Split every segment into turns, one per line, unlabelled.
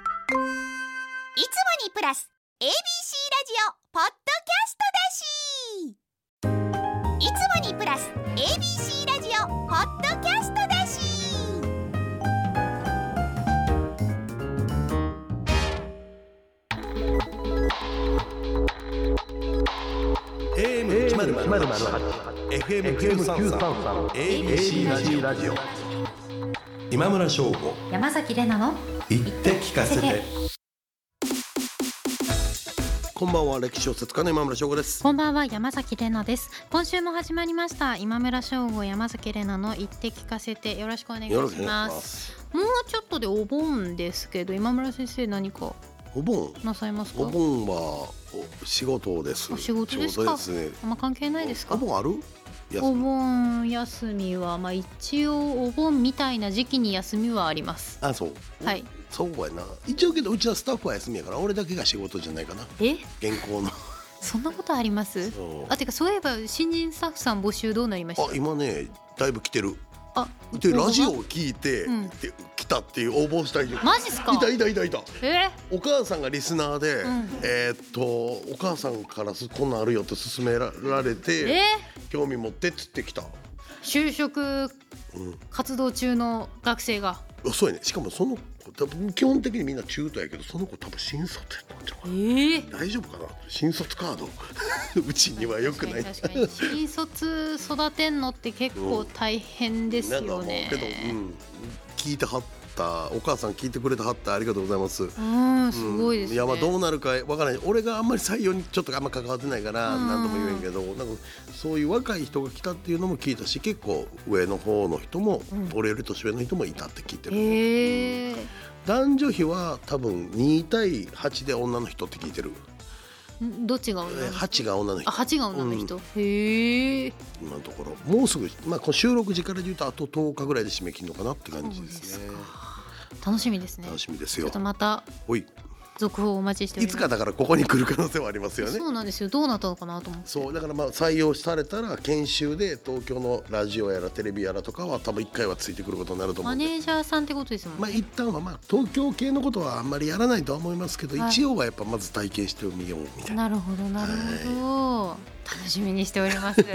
いつもにプラス ABC ラジオポッドキャストだしいつもにプラス ABC ラジオポッドキャストだし
え
AM
ー、
1008
FM 九三三
FM933
ABC ラジオ
ラジオ
今村翔吾
山崎れなの
言って聞かせて。
こんばんは歴史小説家の今村翔吾です
こんばんは山崎れなです今週も始まりました今村翔吾山崎れなの言って聞かせてよろしくお願いし
よ
ま
ろ
す
しくお願いします
もうちょっとでお盆ですけど今村先生何か
お盆
なさいますか
お盆はお仕事です
お仕事ですか
仕事ですね
あんま関係ないですか
お盆ある休
お
み
盆休みはまあ一応お盆みたいな時期に休みはあります
あそう
はい
そうやな一応けどうちはスタッフは休みやから俺だけが仕事じゃないかな
え
現行の
そんなことあります
そう
あてかそういえば新人スタッフさん募集どうなりまし
あ今ねだいぶ来てる
たあ
で
応募が
ラジオを聞いて、
うん
で来たっていう応募したいよ
マジっすか
いたいたいたいた
え
お母さんがリスナーで、
うん
えーっとお母さんからすこんなんあるよって勧められ
え
て興味持ってっつってきた、
就職
うん、
活動中の学生が
そうやねしかもその子多分基本的にみんな中途やけどその子多分新卒やったんちゃうか
え
な大丈夫かな新卒カード うちにはよくない
確かに確かに新卒育てんのって結構大変です
なんかも
よ
う
ね
けど、うん、聞いてはったお母さん聞いてくれてはったありがとうございます
うんすごいですね
うんやまあどうなるかわからない俺があんまり採用にちょっとあんま関わってないから
うん
何とも言えんけどなんかそういう若い人が来たっていうのも聞いたし結構上の方の人も、
うん
俺より年上の人もいたって聞いてる、
ええ
男女比は多分2対8で女の人って聞いてる
んどっちが女の人
8が女の人
あ八が女の人、へえ
今のところもうすぐ、まあ、この収録時からで言うとあと10日ぐらいで締め切るのかなって感じですね
そうで楽しみですね
楽
ち
しみです
ょ
よ
っとまた
おい
続報をお待ちしており
い
ま
つ
す
かだからここに来る可能性はありますよね
そうなんですよどうなったのかなと思って
そうだからまあ採用されたら研修で東京のラジオやらテレビやらとかは多分1回はついてくることになると思う
マ
ん
ネ
で
ージャーさんってことですもんね、
まあ一旦はまあ東京系のことはあんまりやらないとは思いますけど、
はい
一応はやっぱまず体験してみようみたいな
なるほどなるほど、楽しみにしており ます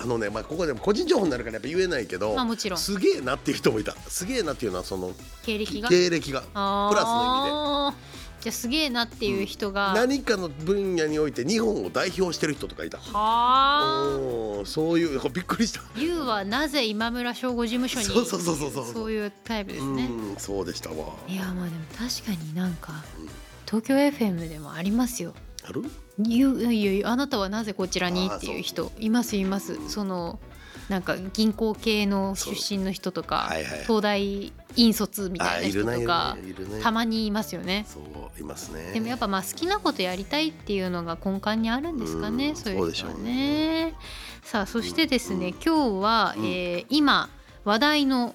あのねまあここでも個人情報になるからやっぱ言えないけど、
まあもちろん
すげえなっていう人もいたすげえなっていうのはその
経歴が
経歴が
あー
プラスの
じゃあすげえなっていう人が、は
何かの分野において日本を代表してる人とかいた
あ
おーそういうびっくりした
YOU はなぜ今村省吾事務所に
そうそうそうそうそう
そういうタイプです
う
ね、
んそうでしたわ
いやまあでも確かになんか
うん
東京 FM でもありますよ
ある
You いやいやいやあなたはなぜこちらに
あー
っていう
そ
人
う
いますいますそのなんか銀行系の出身の人とか、
はいはい
東大院卒みたいな人とか
あいるねいるねいるね
たまにいますよね
そういますね
でもやっぱまあ好きなことやりたいっていうのが根幹にあるんですかね、
うん
そういう人
そうでしょ
は
う
ね。さあそしてですね、
うん
今日は、
うん
えー今話題の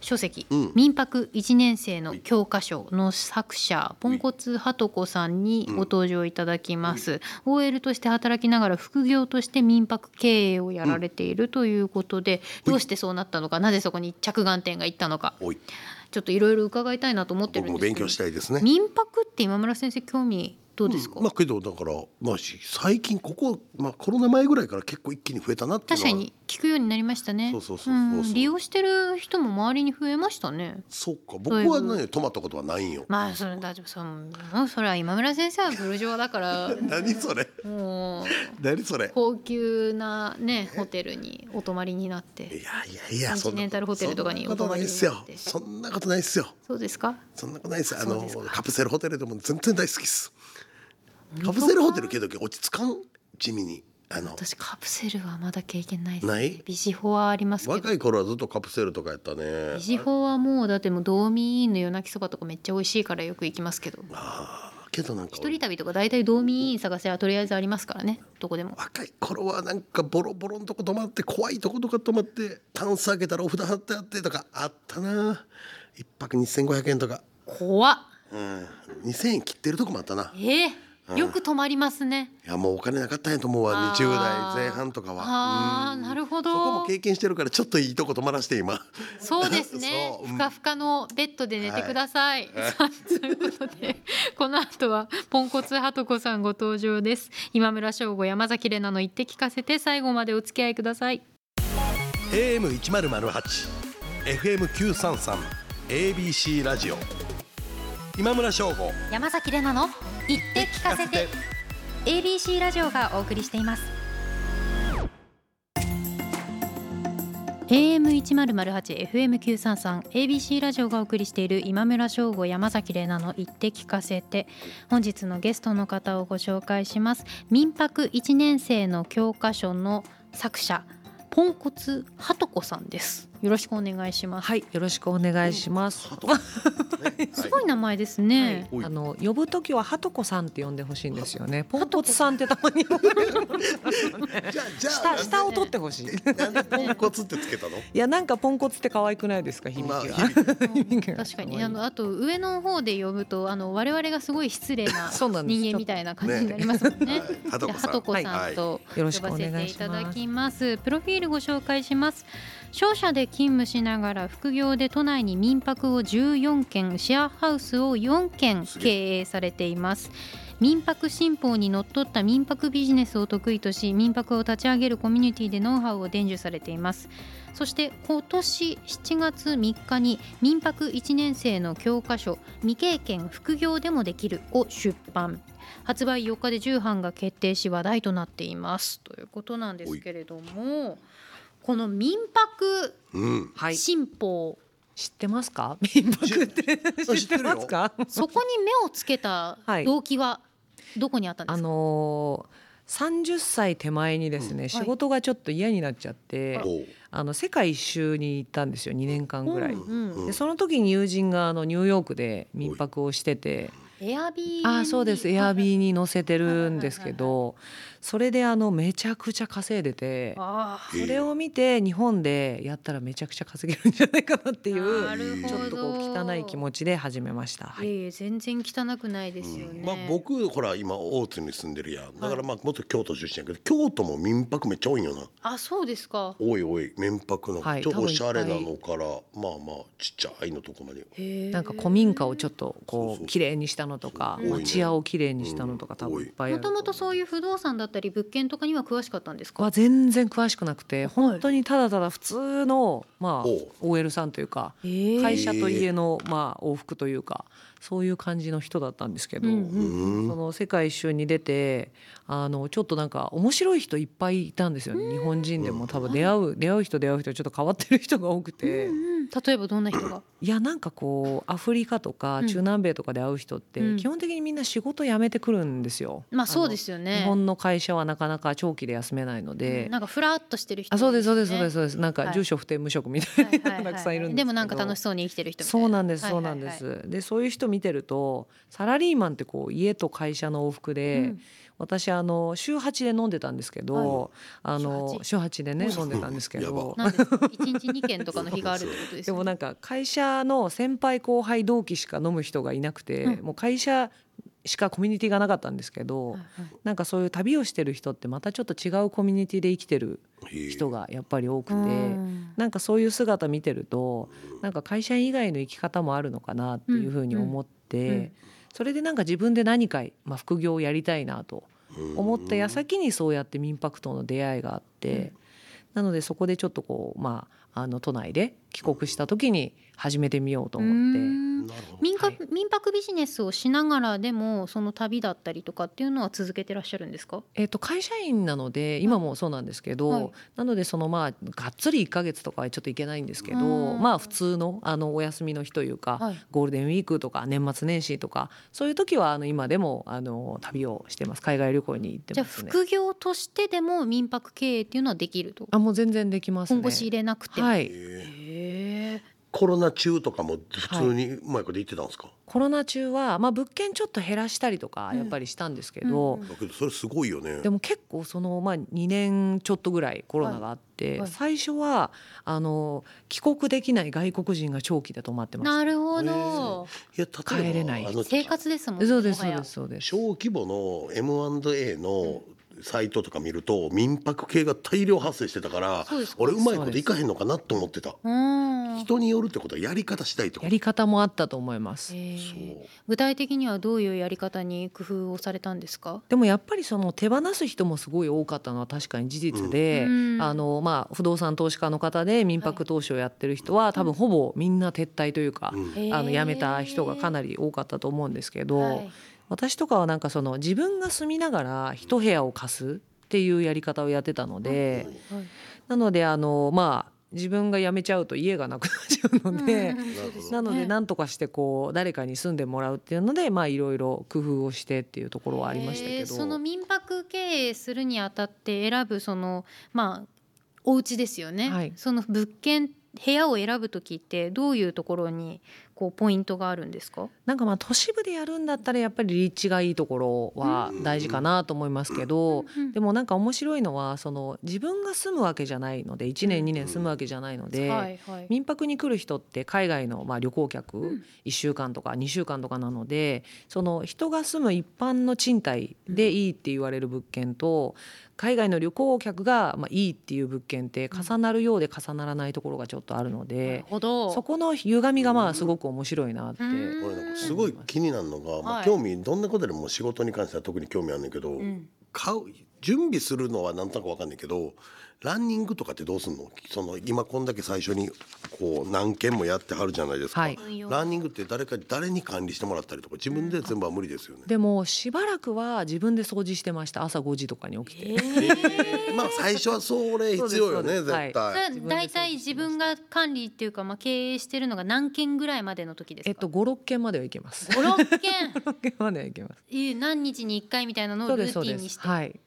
書籍、
うん
民泊1年生の教科書の作者ポンコツハトコさんに
うん
ご登場いただきます、OL として働きながら副業として民泊経営をやられているということで、
うん
どうしてそうなったのかなぜそこに着眼点がいったのか
おい
ちょっといろいろ伺いたいなと思ってるん
僕
です
も勉
けど
強したいですね
民泊って今村先生興味どうですか、
うんまあけどだからまあし最近ここまあコロナ前ぐらいから結構一気に増えたなっていうの
確
は
かに聞くようになりましたね
そうそうそうそうそうん
利用してる人も周りに増えましたね
そうか僕はねトマトことはないんよ
まあそれ大丈夫そのそれは今村先生はブルジョワだか ら
何それ
もう
何それ
高級なねホテルにお泊まりになっ
いや
て
いやいや
コンチネンタルホテルとかに
そんなことないです
お泊
よ
まりになって
そんなことないですよ
そうですか
そんなことないですよあ
そう
の
ですか
カプセルホテルでも全然大好きですカプセルホテルけど落ち着かん地味にあの
私カプセルはまだ経験ないです
ない
ビジホはありますけど
若い頃はずっとカプセルとかやったね
ビジホはもうだってもう道民委員の夜泣きそばとかめっちゃ美味しいからよく行きますけど
ああけどなんか
一人旅とか大体道民委員探せはとりあえずありますからねどこでも
若い頃はなんかボロボロのとこ泊まって怖いとことか泊まってタンス開けたらお札貼ってあってとかあったな一泊2500円とか、
怖っ
うん、2000円切ってるとこもあったな
えー、
うん
よく泊まりますね。
いやもうお金なかったんやと思う
あ
わ
ー
20代前半とかは
あー
うん
なるほど
そこも経験してるからちょっといいとこ泊まらせて今
そうです ね
そ。ううん
ふかふかのベッドで寝てください。
はい
さあということで、この後はポンコツハトコさんご登場です。今村翔吾、山崎怜奈の言って聞かせて、最後までお付き合いください。
AM 一ゼロゼロ八、FM 九三三、ABC ラジオ。今村翔吾。
山崎怜奈の言って聞かせて、ABC ラジオがお送りしています。AM1008、FM933、ABC ラジオがお送りしている今村翔吾、山崎玲奈の言って聞かせて本日のゲストの方をご紹介します民泊一年生の教科書の作者ポンコツハトコさんですよろしくお願いします、
はい、よろしくお願いし ます。
すごい名前ですね、
あの呼ぶときはハトコさんって呼んでほしいんですよね。ポンコツさんってたまに
じゃあじゃ
下
あ
下を取ってほし い。
なんでポンコツってつけたの
いやなんかポンコツって可愛くないですか 響き
まあ
が。
確か
可
に
愛い
あのあと上の方で呼ぶとあの我々がすごい失礼な
そうなんです
人間みたいな感じになりますもんね。
は
じゃあはとこさ
は
んと
よろし
呼
くお
ばせ
願
てい
いした
だ
ます。
きます。プロフィールご紹介します。商社で勤務しながら副業で都内に民泊を14軒、シェアハウスを4軒経営されています。民泊新法にのっとった民泊ビジネスを得意とし民泊を立ち上げるコミュニティでノウハウを伝授されていますそして今年7月3日に民泊1年生の教科書「未経験副業でもできる」を出版発売4日で重版が決定し話題となっていますということなんですけれどもこの民泊
うん
はい、知
新法、
ってますか？ 民泊って
知
知ってます か？
そこに目をつけた
はい
動機はどこにあったんで
あ
すか、
のー、30歳手前にですね、仕事がちょっと嫌になっちゃって、
おう
あの世界一周に行ったんですよ2年間ぐらい。
うんうん
でその時に友人があのニューヨークで民泊をしてて、
エアビー
あそうですエアビーに載せてるんですけどそれであのめちゃくちゃ稼いでて
あ
それを見て日本でやったらめちゃくちゃ稼げるんじゃないかなっていう
ー
ちょっとこう汚い気持ちで始めました。はいい、
えいえ全然汚くないですよね、
まあ、僕ほら今大津に住んでるやんだからまあ元京都出身やけど京都も民泊めっちゃ多いんよな
あそうですか
多い多い民泊の、
はい
ちょっと
多
お
分いっ
し
ぱい
ゃれなのからまあまあちっちゃいのとこまで
なんか古
も
民家をちょっと
そう
こ
そう
う綺麗にしたのとか
多いね
町屋を綺麗にしたのとか多分いっぱいある
ともとそういう不動産だったり物件とかには詳しかったんですか
は全然詳しくなくて本当にただただ普通のまあ
おう
OL さんというか
え
会社と家のまあ往復というかそういう感じの人だったんですけど、
うん
う
うん
ん
その世界一周に出てあのちょっとなんか面白い人いっぱいいたんですよね日本人でも多分出会う出会う人出会う人ちょっと変わってる人が多くて
うん例えばどんな人 が
いやなんかこうアフリカとか
うん
中南米とかで会う人っ
う
て
ん
基本的にみんな仕事辞めてくるんですよ。
まあそうですすよ
日
ね
本の会社はなかなか長期で休めないので
なんかフラっとしてる人
あそうですそうですそう
多い
で
よ
すそうですな
は
んか
い
住所不定無職みたい
ね
な
はいは
人が
いは
たくさんいるんですけど
でもなんか楽しそうに生きてる人みたい
そうなんです、
はい
そ
は
う
いは
ないんです、でそういう人見てるとサラリーマンってこう家と会社の往復で、
うん
私あの週8で飲んでたんですけど、あの週 8, でね飲んでたんですけ
や
ど
なんですか一日二件とかの日があるってことです
で
よ
も
ね
なんか会社の先輩後輩同期しか飲む人がいなくて、
うん
もう会社しかコミュニティがなかったんですけど、なんかそういう旅をしてる人ってまたちょっと違うコミュニティで生きてる人がやっぱり多くて。
うん
なんかそういう姿見てるとなんか会社員以外の生き方もあるのかなっていうふうに思って、
うんうん
それでなんか自分で何か、まあ、副業をやりたいなと思った矢先にそうやって民泊との出会いがあって、なのでそこでちょっとこう、まあ、あの都内で帰国した時に始めてみようと思って。
うん
なるほど
民
は
泊
い
民泊ビジネスをしながらでもその旅だったりとかっていうのは続けてらっしゃるんですか
えっと会社員なので今もそうなんですけど、
はい
なのでそのまあがっつり1ヶ月とかはちょっといけないんですけど、
うん
まあ普通のあのお休みの日というか、
はい
ゴールデンウィークとか年末年始とかそういう時はあの今でもあの旅をしてます海外旅行に行って
じゃあ
ますね。
副業としてでも民泊経営っていうのはできると
あもう全然できますね。
本腰入れなくても、
はい。
へえ
コロナ中とかも普通にうまいこと言ってたんですか、
コロナ中は、まあ、物件ちょっと減らしたりとかやっぱりしたんですけど、
うんうん
だけどそれすごいよね
でも結構その、まあ、2年ちょっとぐらいコロナがあって、
はいはい
最初はあの帰国できない外国人が長期で泊まってました。
なるほど。
いや例えば
帰れない
あの
生活ですもんね。
そうですそ
も
う
はや
です。そうです
小規模の M&A のサイトとか見ると民泊系が大量発生してたから
そうですか
俺うまいこといかへんのかなと思ってた
うん。
人によるってことはやり方次第ってこ
や
と
り方もあったと思います。
えー
そう
具体的にはどういうやり方に工夫をされたんですか。
でもやっぱりその手放す人もすごい多かったのは確かに事実で、
うん
あのまあ、不動産投資家の方で民泊投資をやってる人は、多分ほぼみんな撤退というか、
うん
あの辞めた人がかな
り
り多かったと思うんですけど、私とかはなんかその自分が住みながら一部屋を貸すっていうやり方をやってたので、なのであのまあ自分が辞めちゃうと家がなくなっちゃうので。 なので
な
何とかしてこう誰かに住んでもらうっていうのでまあいろいろ工夫をしてっていうところはありましたけど、
その民泊経営するにあたって選ぶそのまあお家ですよね。
はい
その物件部屋を選ぶときってどういうところにこうポイントがあるんですか。
なんかまあ都市部でやるんだったらやっぱり立地がいいところは大事かなと思いますけど、で
も
もなんか面白いのはその自分が住むわけじゃないので1
う
年
ん
2年住むわけじゃないので、
はいはい。
民泊に来る人って海外のまあ旅行
うん
客1週間とか2週間とかなのでその人が住む一般の賃貸でいいって言われる物件と海外の旅行客がまあいいっていう物件って重なるようで重ならないところがちょっとあるの
な
で
る。ほど。
そこの歪みがまあすごく面白いなっ
う
て、
ん
俺なんかすごい気になるのが、ま
は
あ、
い
興味どんなことでも仕事に関しては特に興味あるんだけど、
うん
買う準備するのはなんとなくわかんないけどランニングとかってどうすんのその今こんだけ最初にこう何件もやってはるじゃないですか、
はい
運用
ランニングって誰か誰に管理してもらったりとか自分で全部は無理ですよね。
でもしばらくは自分で掃除してました朝5時とかに起きて、
えーまあ最初はそれ必要よね
そうですそうで
絶
す
そ
対。
れ大体自分が管理っていうか、まあ、経営してるのが何件ぐらいまでの時ですか、
えっと56件までは行けます
5、6件
56件までは行けます
いう何日に1回みたいなの
そ
を
う
ル
で
ーテ
すそう
ィ
で
ンにし
す
て。
はい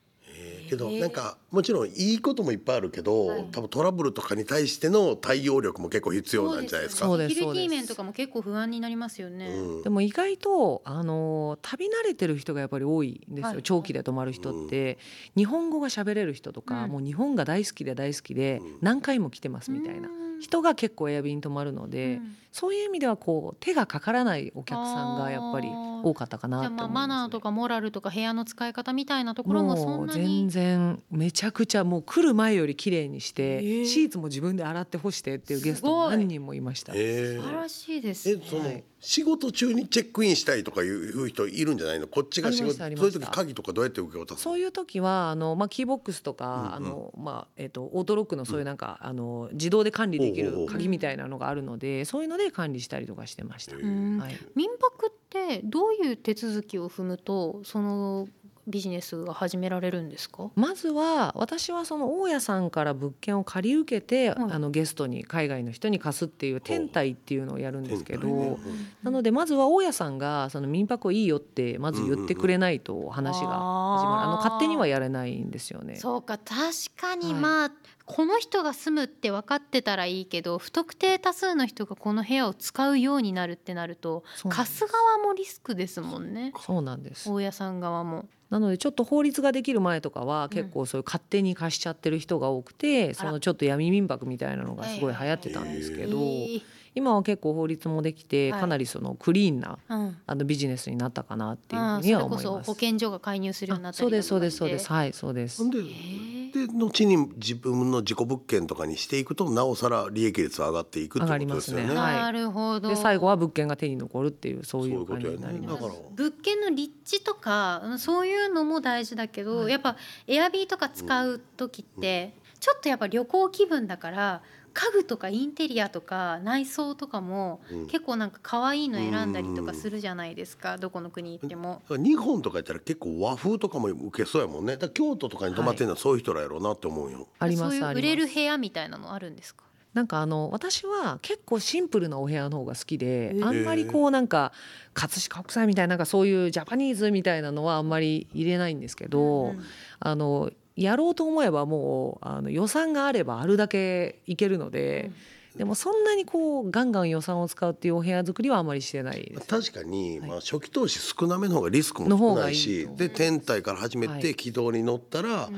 けどなんかもちろんいいこともいっぱいあるけど、
はい
多分トラブルとかに対しての対応力も結構必要なんじゃないですか。
そう
セ
です
キュ
そう
リ
です
ティ面とかも結構不安になりますよね。
うん
でも意外とあのー旅慣れてる人がやっぱり多いんですよ、
はい
長期で泊まる人って、日本語が喋れる人とか、
うん
もう日本が大好きで大好きで
うん
何回も来てますみたいな
うん
人が結構エアビーに泊まるので、
うん
そういう意味ではこう手がかからないお客さんがやっぱり多かったかな
じ
っ
ゃ
て
あ
思
まあマ
います、ね、
ナーとかモラルとか部屋の使い方みたいなところもそんな
全
に
然めちゃくちゃもう来る前より綺麗にして、
えー
シーツも自分で洗って干してっていうゲスト
す
も
ごい
何人もいました。
え
素晴
ー
らしいです、
え
ね。
その、
はい
仕事中にチェックインしたいとかいういう人いるんじゃないのこっちが仕事そ
あ
うい
り
う
ました
時鍵とかどうやって受け渡すの
そういう時はあのまあキーボックスとか、
うんうん
あのまあえっ、とオートロックのそういうなんか、あの自動で管理でき
ほうほう
る
ほう
鍵みたいなのがあるので、そういうので管理したりとかしてました。
へ
うん
はい。
民泊ってどういう手続きを踏むとそのビジネスが始められるんですか。
まずは私はその大家さんから物件を借り受けて、
はい
あのゲストに海外の人に貸すっていう天体っていうのをやるんですけど、
天体ね
なのでまずは大家さんがその民泊いいよってまず言ってくれないと話が始
あー
まる、あの勝手にはやれないんですよね。
そうか確かに
はい
まあ、この人が住むって分かってたらいいけど不特定多数の人がこの部屋を使うようになるってなると
そうなん
貸
です
側もリスクですもんね
そうなんです
大家さん側も。
なのでちょっと法律ができる前とかは結構そういう勝手に貸しちゃってる人が多くて、そのちょっと闇民泊みたいなのがすごい流行ってたんですけど、
えー
今は結構法律もできて
はい
かなりそのクリーンな
うん
あのビジネスになったかなっていうふ
あ
う
ー
には
それ
思
こ
います。
そ保健所が介入するようにな
あ
ったり
そう
だとか
ですそうですそうです
して
はいそうです
ほん。で
ー
で後に自分の自己物件とかにしていくとなおさら利益率は上がっていくってことですよね。
上がりますねはい
なるほど
で最後は物件が手に残るっていうそうい
そういう
う
こと
感じ
やね
になり
だ
ま
か
す。
ら
物件の立地とかうんそういうのも大事だけど、
はい
やっぱエアビーとか使う時って、ちょっとやっぱ旅行気分だから家具とかインテリアとか内装とかも
うん
結構なんか可愛いの選んだりとかするじゃないですか、どこの国行っても。
だから日本とかやったら結構和風とかも受けそうやもんねだから京都とかに泊まってるのはそういう人らやろうなって思うよ。
あります
そうい
あ
う
りま
売
す
れる部屋みたいなのあるんですか。
なんかあの私は結構シンプルなお部屋の方が好きで、
え
あんまりこうなんか葛飾北斎みたいななんかそういうジャパニーズみたいなのはあんまり入れないんですけど、
うん
あのやろうと思えばもうあの予算があればあるだけいけるので、でもそんなにこうガンガン予算を使うっていうお部屋作りはあまりしてないです
確かに、
はい
まあ、初期投資少なめの方がリスクも
の
少
方
な
がい
い
い
し
と
で天体から始め
は
て
い
軌道に乗ったら、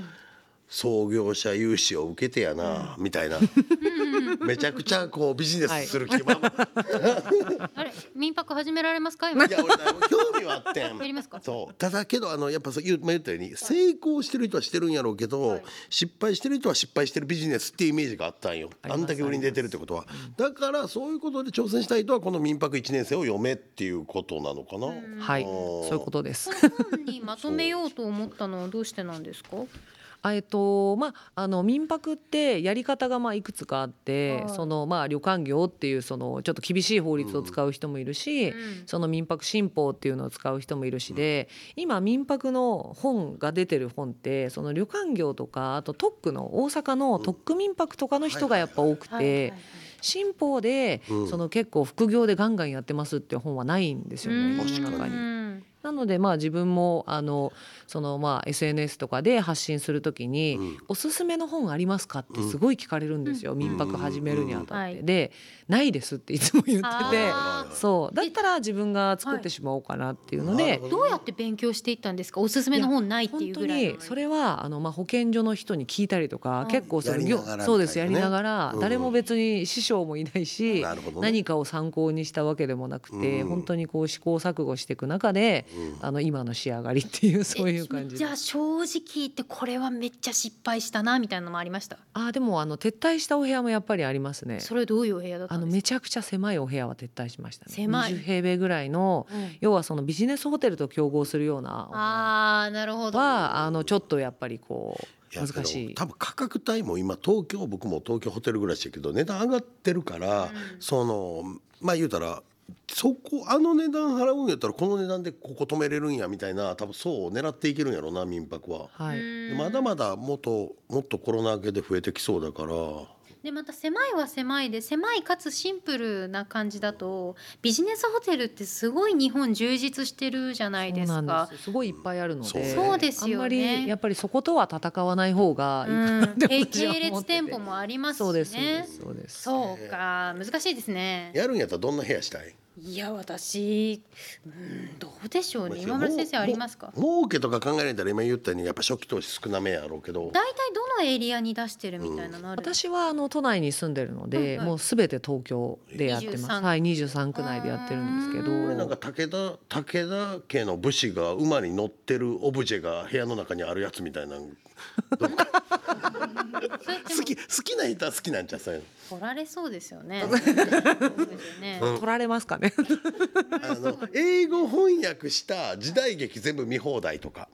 創業者融資を受けてやな、み たいなめちゃくちゃこうビジネスする気満々、
あれ民泊始められますか今
い、や俺な興味はあってん
やりますか
そうただけどあのやっぱそう言う前言ったように成功してる人はしてるんやろうけど、失敗してる人は失敗してるビジネスっていうイメージがあったんよ
あ
あ
ります
んだけ売りに出てるってことはだからそういうことで挑戦したい人はこの民泊1年生を読めっていうことなのかな。
はい
あー
そういうことです
本にまとめようと思ったのはどうしてなんですか
あえっとまあ、あの民泊ってやり方がまあいくつかあって、
はい
そのまあ、旅館業っていうそのちょっと厳しい法律を使う人もいるし、
うん
その民泊新法っていうのを使う人もいるしで、今民泊の本が出てる本ってその旅館業とかあと特区の大阪の特区民泊とかの人がやっぱ多くて新法で、
うん
その結構副業でガンガンやってますっていう本はないんですよね
うん
世の
確
中
か
に
に。
なのでまあ自分もあのそのまあ SNS とかで発信するときに、
うん
おすすめの本ありますかってすごい聞かれるんですよ、民泊始めるにあたって。
うんはい
でないですっていつも言ってて
あー
そうだったら自分が作ってしまおうかなっていうので、
なるほ
どうやって勉強していったんですかおすすめの本ないってい
本
う
当
ぐらいなの
に
に
それはあの、まあ、保健所の人に聞いたりと
う
か、
ん
結構そ
や
の
りながらみたいなね
そうですやりながら、
うん
誰も別に師匠もいないし
なるほどね
何かを参考にしたわけでもなくて、
うん
本当にこう試行錯誤していく中で、
うん
あの今の仕上がりっていうそういう感
え
じ
じ
で
ゃあ正直言ってこれはめっちゃ失敗したなみたいなのもありました
あーでもあの撤退したお部屋もやっぱりありますね。
それはどういうお部屋だった
あ
ん
の
です
めちゃくちゃ狭いお部屋は撤退しましたね。
狭い
20平米ぐらいの
か、うん
要はそのビジネスホテルと競合するようなお部屋
あーなるほど
はあのちょっとやっぱりこう
いや
難し
け
い
ど。多分価格帯も今東京僕も東京ホテル暮らしだけど値段上がってるから、そのまあ言うたらそこあの値段払うんやったらこの値段でここ止めれるんやみたいな多分そうを狙っていけるんやろうな民泊は。
はい。
うん
まだまだもっともっとコロナ明けで増えてきそうだから
でまた狭いは狭いで狭いかつシンプルな感じだとビジネスホテルってすごい日本充実してるじゃないです
そうなん
か
で。す。すごいいっぱいあるの
そう
で。
そうですよね
あんまりやっぱりそことは戦わない方がいいかなって
うんえ
私は
系
思
列
ってて
店舗もありますしね。
そうですそうですそうです。
そうか難しいですね。
やるんやったらどんな部屋したい
いや私、うん、どうでしょうね今村先生ありますか
も儲けとか考えられたら今言ったようにやっぱ初期投資少なめやろうけど
大体どのエリアに出してるみたいなのあるんですか
私はあの都内に住んでるので、
うんはい
もうすべて東京でやってます。
23
はい、二十三区内でやってるんですけど。
これなんか武田武田家の武士が馬に乗ってるオブジェが部屋の中にあるやつみたいなどっか
それって
好き好きな人は好きなんちゃうそういう
取られそうですよ ね。そうですよね
取られますかね。
のあの英語翻訳した時代劇全部見放題とか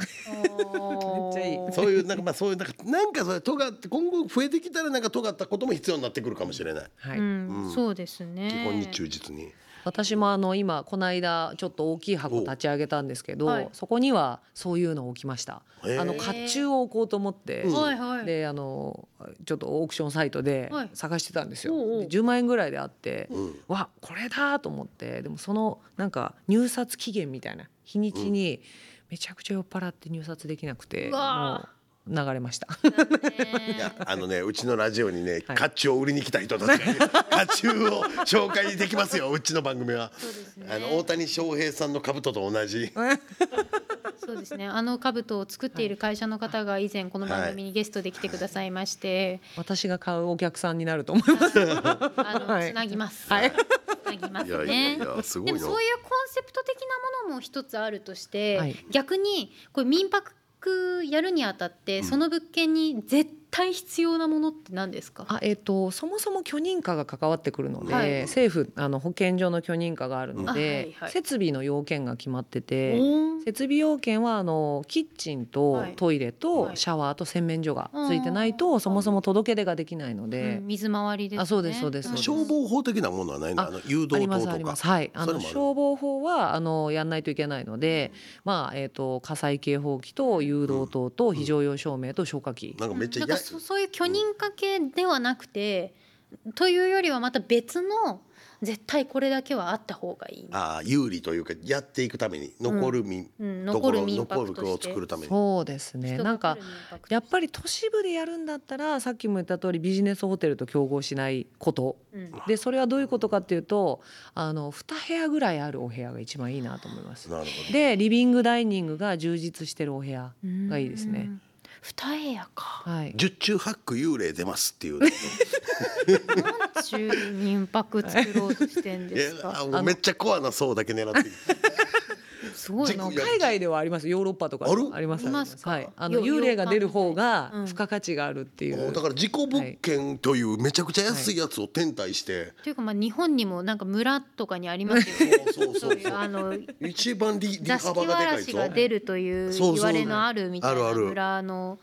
おー
めっちゃいい
そういうなんかまあそういうなんかなんかそれ尖って今後増えてきたらなんか尖ったことも必要になってくるかもしれない
はい。
うん、
ん
そうですね。
基本に忠実に
私もあの今この間ちょっと大きい箱立ち上げたんですけど、
おはい
そこにはそういうの置きました。
へー
あの甲冑を置こうと思って、
うん
はいはい。
であのちょっとオークションサイトで
はい
探してたんですよ。
おうおう
で10万円ぐらいであって、
うん
わこれだと思ってでもそのなんか入札期限みたいな日にちにめちゃくちゃ酔っ払って入札できなくて
うわ
もう流れました
いやあのねうちのラジオにね
は
甲
い
冑を売りに来た人たちがいる甲冑を紹介できますようちの番組は
そうですね
あの大谷翔平さんの兜と同じ
そうです ね。あの兜を作っている会社の方が以前この番組にゲストで来てくださいまして、
私が買うお客さんになると思います
あの
はい
つなぎます。
はい
つなぎます
い
ね。
やいやいやすご
で
い
も
な
そういうコンセプト的なものも一つあるとして、
はい
逆にこれ民泊やるにあたって、その物件に絶対必要なものって何ですか。
あ、えっとそもそも許認可が関わってくるので、
はい
政府あの保健所の許認可がある
うん
ので、
あはいはい
設備の要件が決まって
お
て。
ー
設備要件はあのキッチンと
はい
トイレと
はい
シャワーと洗面所がついてないとそもそも届け出ができないので
うん、水回りですね。
あそうですそうですそうです
消防法的なものはないの
あ
あの誘
あ
導
りま
灯
すあり
と
ま
か
す。はい、あ
そ
の
れもある
消防法はあのやんないといけないので、まあえっ、と火災警報器と誘導灯と非常用照明と消火器。
なんかめっち
な
ゃ
んか
や
そそういう許認可系ではなくて、というよりはまた別の絶対これだけはあった方がいい、
ああ有利というかやっていくために残る民、
うん、
とこ
残
ろ
る民
残
泊
る
と
区を
して
作るために
そうですね
人
な
が
んか
来る民泊として
やっぱり都市部でやるんだったらさっきも言った通りビジネスホテルと競合しないこと
うん
でそれはどういうことかっていうとあの2部屋ぐらいあるお部屋が一番いいなと思います。
なるほ
でリビングダイニングが充実してるお部屋、がいいですね
うん。二部屋か。
はい、
ど十中八九幽霊出ますっていう
なんちゅう民泊作ろうとしてん
い
で
や
すか
あ。もうめっちゃコアな層だけ 狙ってる
すごいな
軸。が
海外ではありますヨーロッパとかでも
ある
あります
いますか
はい、あ
よ
の幽霊が出る方
う
が
ん
付加価値があるっていう、
もうだから事故物件というめちゃくちゃ安いやつを天体して、
というかまあ日本にもなんか村とかにありますよね。
そうそうそ
そうういう あの
一番利利
座敷
幅
わ
がでからい
し
ぞ
が出るという
そうそう
言われのあるみたい
ある
な
ある
村の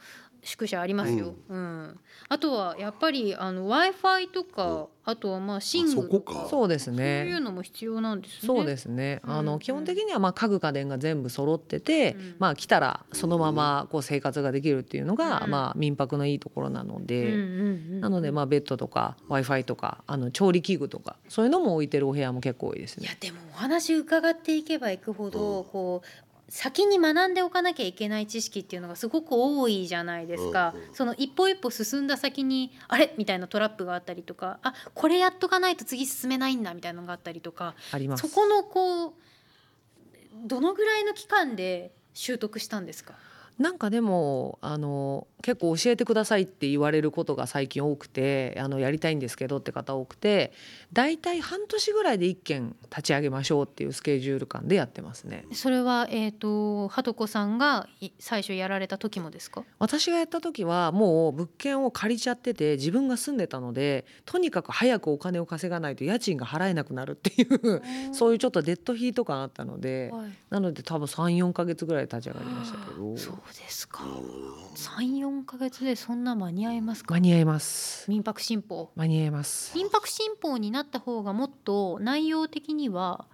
宿舎ありますよ。うん。あとはやっぱりあの Wi-Fi とかあとはまあ寝具と
あそこか
か
そうです
そういう
ね。
のも必要なんですね。。
そうですすね。
うん
あ
う
の
ん
基本的にはまあ家具家電が全部揃ってて、
うん
まあ来たらそのままこう生活ができるっていうのが、
うん
まあ民泊のいいところなの
うんう
で、
んうん。
なのでまあベッドとか Wi-Fi とかあの調理器具とかそういうのも置いてるお部屋も結構多いです
いや
ね。
でもお話伺っていけばいくほど、こう先に学んでおかなきゃいけない知識っていうのがすごく多いじゃないですか、
うんうん
その一歩一歩進んだ先にあれみたいなトラップがあったりとかあこれやっとかないと次進めないんだみたいなのがあったりとか
ありま
そ。
す
このこうどのぐらいの期間で習得したんですか
なんかでもあの結構教えてくださいって言われることが最近多くてあのやりたいんですけどって方多くて大体半年ぐらいで1件立ち上げましょうっていうスケジュール感でやってますね
それはえっ、と鳩子さんが最初やられた時もですか
私がやった時はもう物件を借りちゃってて自分が住んでたのでとにかく早くお金を稼がないと家賃が払えなくなるっていうそういうちょっとデッドヒート感あったので
はい
なので多分34ヶ月ぐらい立ち上がりましたけど
そうですか。三四ヶ月でそんな間に合いますか
間。に合います
民泊新法。
間に合います
民泊新法になった方がもっと内容的には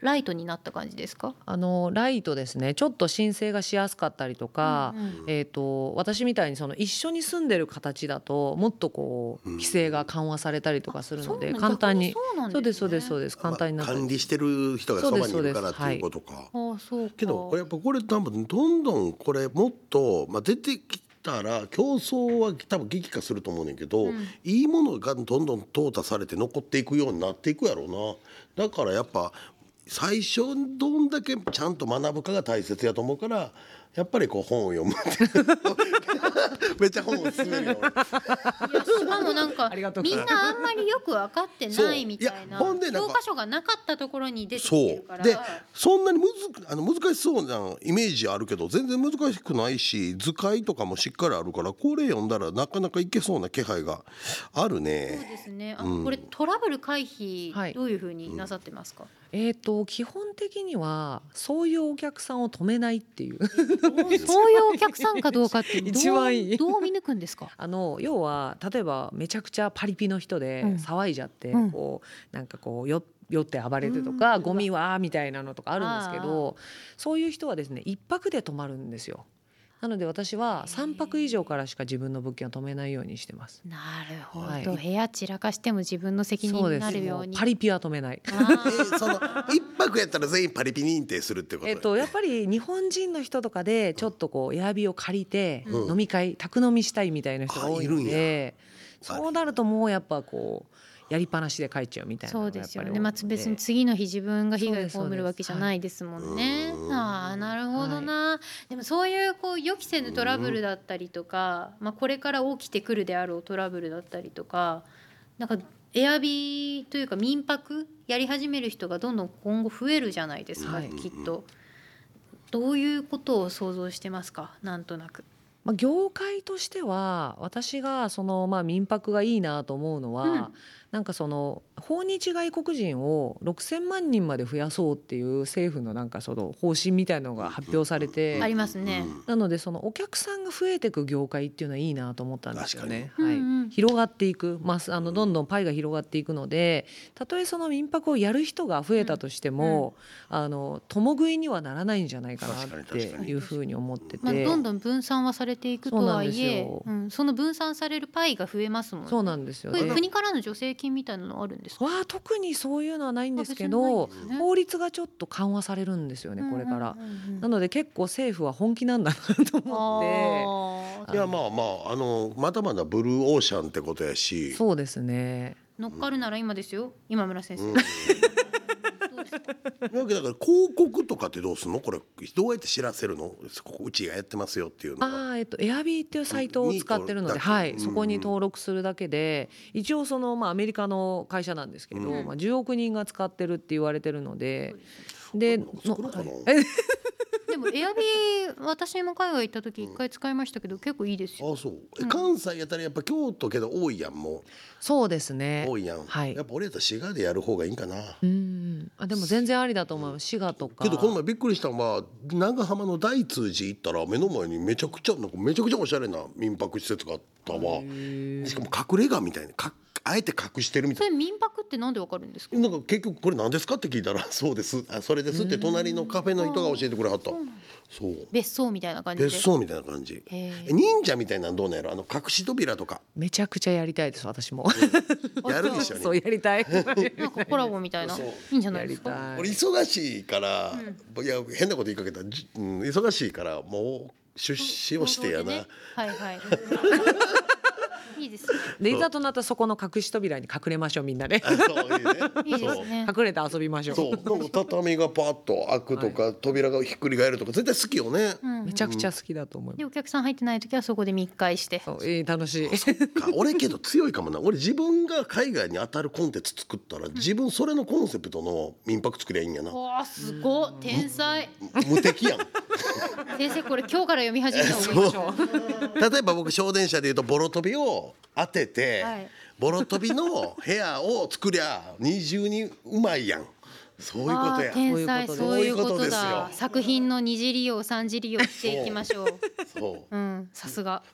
ライトになった感じですか。
あのライトですねちょっと申請がしやすかったりとか、
うんうん
えー、と私みたいにその一緒に住んでる形だともっとこう
うん
規制が緩和されたりとかする
そう
の
な
で
んだ
簡単に
逆そうなん
そうですそうですそう
で
です簡単にな
ま
っ
あ
たり
管理してる人がそばにいるからっていうことか、
すね。ああそうか。
けどこれやっぱこれ多分どんどんこれもっと、まあ、出てきたら競争は多分激化すると思うねんけど、
うん
いいものがどんどん淘汰されて残っていくようになっていくやろうなだからやっぱ最初どんだけちゃんと学ぶかが大切やと思うからやっぱりこう本を読むっていう めっちゃ本を勧めるよ俺
いやしかもなんか
ありがとうご
み
ざ
ん
い
な
ます
あんまりよく分かって
そう
ないみたい
い
な
やほんでなん
教
か
科書がなかったところに出てきてる
そ
か
う
ら。
でそんなにむずあの難しそうなイメージあるけど全然難しくないし図解とかもしっかりあるからこれ読んだらなかなかいけそうな気配がある
そう
ね。
ですね。あ、
うん
これトラブル回
は
避
い
どういうふうになさってますか。
えー、と基本的にはそういうお客さんを止めないっていう
そういうお客さんかどう かってどう
一番いい
どう見抜くんですか。
あの要は例えばめちゃくちゃパリピの人で
うん
騒いじゃって、
うん
こうなんかこうよ酔って暴れるとか、
うん
ゴミはみたいなのとかあるんですけ
あ
どそういう人はですね一泊で泊まるんですよ。なので私は3泊以上からしか自分の物件を泊めないようにしてます。
なるほど、
はい
部屋散らかしても自分の責任
そう
に
で
な
す
るよ
も
う
う
に。
パリピは止め ない。
あ
え
ー
その一泊やったら全員パリピ認定するってこと、
えっと、やっぱり日本人の人とかでちょっとこうエアビーを借りて
うん
飲み会宅飲みしたいみたいな人が多いの
あいるん
でそうなるともうやっぱこうやりっぱなしで帰っちゃうみたいなの
そう
がや
で
っぱり
すよね。まあ
多いので
別に次の日自分が被害を
そうですそう
被
です
るわけじゃないですもんね。
うん
ああなるほどな。でもそういうこう予期せぬトラブルだったりとか、まあこれから起きてくるであろうトラブルだったりとか、なんかエアビーというか民泊やり始める人がどんどん今後増えるじゃないですか、
はい
きっと。どういうことを想像してますか。なんとなく。
まあ、業界としては私がそのまあ民泊がいいなと思うのは、
うん
なんかその訪日外国人を6,000万人まで増やそうっていう政府のなんかその方針みたいのが発表されて、
ありますね。
なのでそのお客さんが増えていく業界っていうのはいいなと思ったんですよね。
確か
は
に
い
うんうん
広がっていく、まあ、すあのどんどんパイが広がっていくのでたとえその民泊をやる人が増えたとしても、あの共食いにはならないんじゃないかな
確
っ
か
て
に確かに
いうふうに思ってて、
まあ、どんどん分散はされていくとはいえ
そう
うんその分散されるパイが増えますもんね。
そうなんですよ
こういう
ね。
国からの助成金みたいなのあるんですか
わあ特にそういうのはないんですけ
あ
ど
別にないんですね
法律がちょっと緩和されるんですよねこれから。
うんうんうんうん
なので結構政府は本気なんだなと思っ
あ
いやまあまああのまだまだブルーオーシャンってことや
て
し、
そうですね
ー乗っかるなら今ですよ今村先生、
うん、
ど
だ
うですか
けどだから広告とかってどうすんのこれどうやって知らせるのここうちがやってますよっていうのは。
ああえっとエアビーっていうサイトを使ってるの
に
で、は
う
い、
ん
そこに登録するだけで一応その、まあ、アメリカの会社なんですけど、
うん
まあ、10億人が使ってるって言われてるので、で
こういうの作ろうかな
のはいえ
でもエアビー私も海外行った時一回使いましたけど結構いいですよ
あそうえ関西やったらやっぱ京都けど多いやんも
そうです
う
ね
多いやん、
はい
やっぱ俺やったら滋賀でやる方がいいんかな
うんあでも全然ありだと思います滋賀とか
けどこの前びっくりしたのは長浜の大通寺行ったら目の前にめちゃくちゃなんかめちゃくちゃおしゃれな民泊施設があったわ
へー
しかも隠れ家みたいなかあえて隠してるみたいな
それ民泊ってなんでわかるんですか
なんか結局これ何ですかって聞いたら 「そうですあそれです」って隣のカフェの人が教えてくれはったそう
別荘みたいな感じで
別荘みたいな感じ
へー
え忍者みたいなんどうなんやろあの隠し扉とか
めちゃくちゃやりたいです私も
やるでしょ
そう
ね
やり たい
なんかコラボみたいな
そう
いいんじゃないですか
やりたい
俺忙しいから、いや変なこと言いかけた、じうん、忙しいからもう出資をしてやな、
ねはいはい いいですね
でいざとなったらそこの隠し扉に隠れましょうみんなで
あそういうね
いいですね
隠れて遊びましょう
そうそうなんか畳がパッと開くとか、扉がひっくり返るとか絶対好きよね、
うん
めちゃくちゃ好きだと思い
で
ま
お客さん入ってない時はそこで密会して
す、そうえー楽しい
か俺けど強いかもな俺自分が海外に当たるコンテンツ作ったら自分それのコンセプトの民泊作りゃいいんやな
わあすごい天才
無敵やん
先生これ今日から読み始めた方がいいでしょ
そう例えば僕小電車で言うとボロ飛びを当てて、
はい
ボロ飛びの部屋を作りゃ二重にうまいやんそういうこ
あ
と
ー
や
天才
そ
そうう
い
いうう
こ
ことと
ですよ
だ作品の二次利用三次利用していきましょう
そ
うんさすが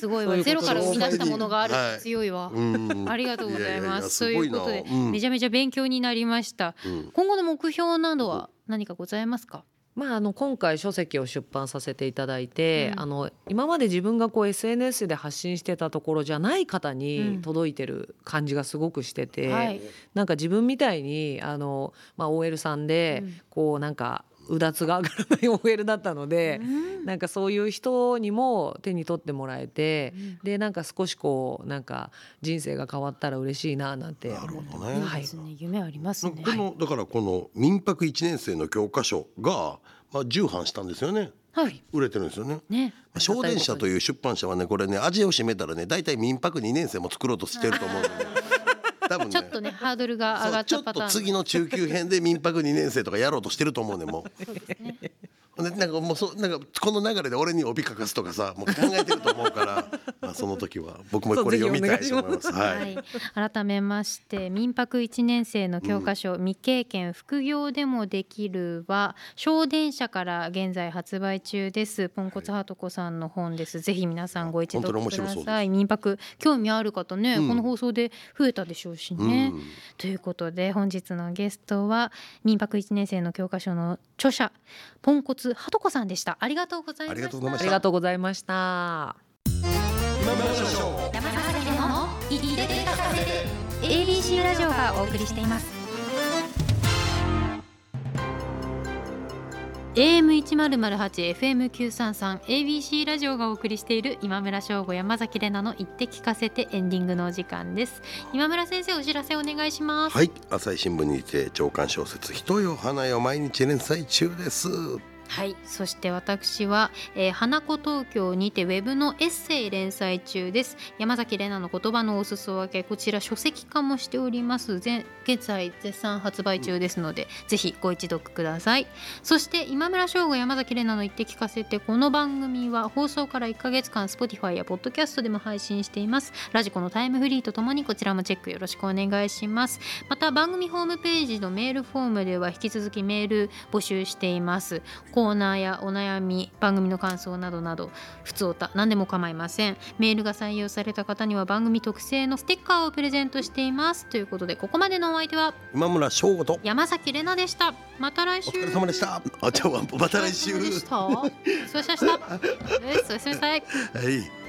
すごい
そ
わ
ういうこと
ゼロから生み出したものがある
はい
強いわ
ううん
ありがとうございますと
や
い
やや
うことです
ごいなうん
めちゃめちゃ勉強になりました
うん
今後の目標などは何かございますか
まあ、あの今回書籍を出版させていただいて、
うん
あの今まで自分がこう SNS で発信してたところじゃない方
う
に
ん
届いてる感じがすごくしてて、
はい
なんか自分みたいにあの、まあ、OL さんで、
うん
こうなんかうだつが上がらない OL だったので、
うん
なんかそういう人にも手に取ってもらえて、
うん
でなんか少しこうなんか人生が変わったら嬉しいななんて
なるほど
い
ね、
いですね夢ありますね
このだからこの民泊一年生の教科書が、まあ、重版したんですよね
はい
売れてるんですよね
ね
まあ小電車という出版社はねこれね味を占めたらね大体民泊2年生も作ろうとしてると思うんで 多分ね
ちょっとねハードルが上
そ
が
う
っ
ちょ
た
っ
パター
と
ン
次の中級編で民泊2年生とかやろうとしてると思うねん もう。ほんでなんかもうそうなんかこの流れで俺に帯書かすとかさもう考えてると思うから、まあ、その時は僕もこれ読みたいと思います。は、
はいい、改めまして民泊1年生の教科書、未経験副業でもできるは小電車から現在発売中ですポンコツハートコさんの本です、ぜひ皆さんご一
本当に
読
面
く
白
だ
そうです
さい民泊興味ある方ね、
うん
この放送で増えたでしょうしね、
うん
ということで本日のゲストは民泊1年生の教科書の著者ポンコツハトコさんでしたありがとうございま
ありが
し
とうござ
た
いま
あ
し
り
た
がとうございました。
今村翔吾
山崎でもいいでたかせ ABC ラジオがお送りしています
AM1008 FM933 ABC ラジオがお送りしている今村翔吾山崎れなの言って聞かせてエンディングのお時間です今村先生お知らせお願いします
はい、朝日新聞にて長官小説「ひとよ花よ」毎日連載中です。
はいそして私は、えー花子東京にてウェブのエッセイ連載中です山崎れなの言葉のお裾分けこちら書籍化もしておりますぜ現在絶賛発売中ですので、ぜひご一読くださいそして今村翔吾山崎怜奈の言って聞かせてこの番組は放送から1ヶ月間 Spotify や Podcast でも配信していますラジコのタイムフリーとともにこちらもチェックよろしくお願いしますまた番組ホームページのメールフォームでは引き続きメール募集していますコーナーやお悩み番組の感想などなど普通おた何でも構いませんメールが採用された方には番組特製のステッカーをプレゼントしていますということでここまでのお相手は
今村翔吾と
山崎怜奈でしたまた来
お
週
疲れ様でした。あ、じゃあまた来週。
お疲れ様でした。そうしました。え、そうしました。
はい。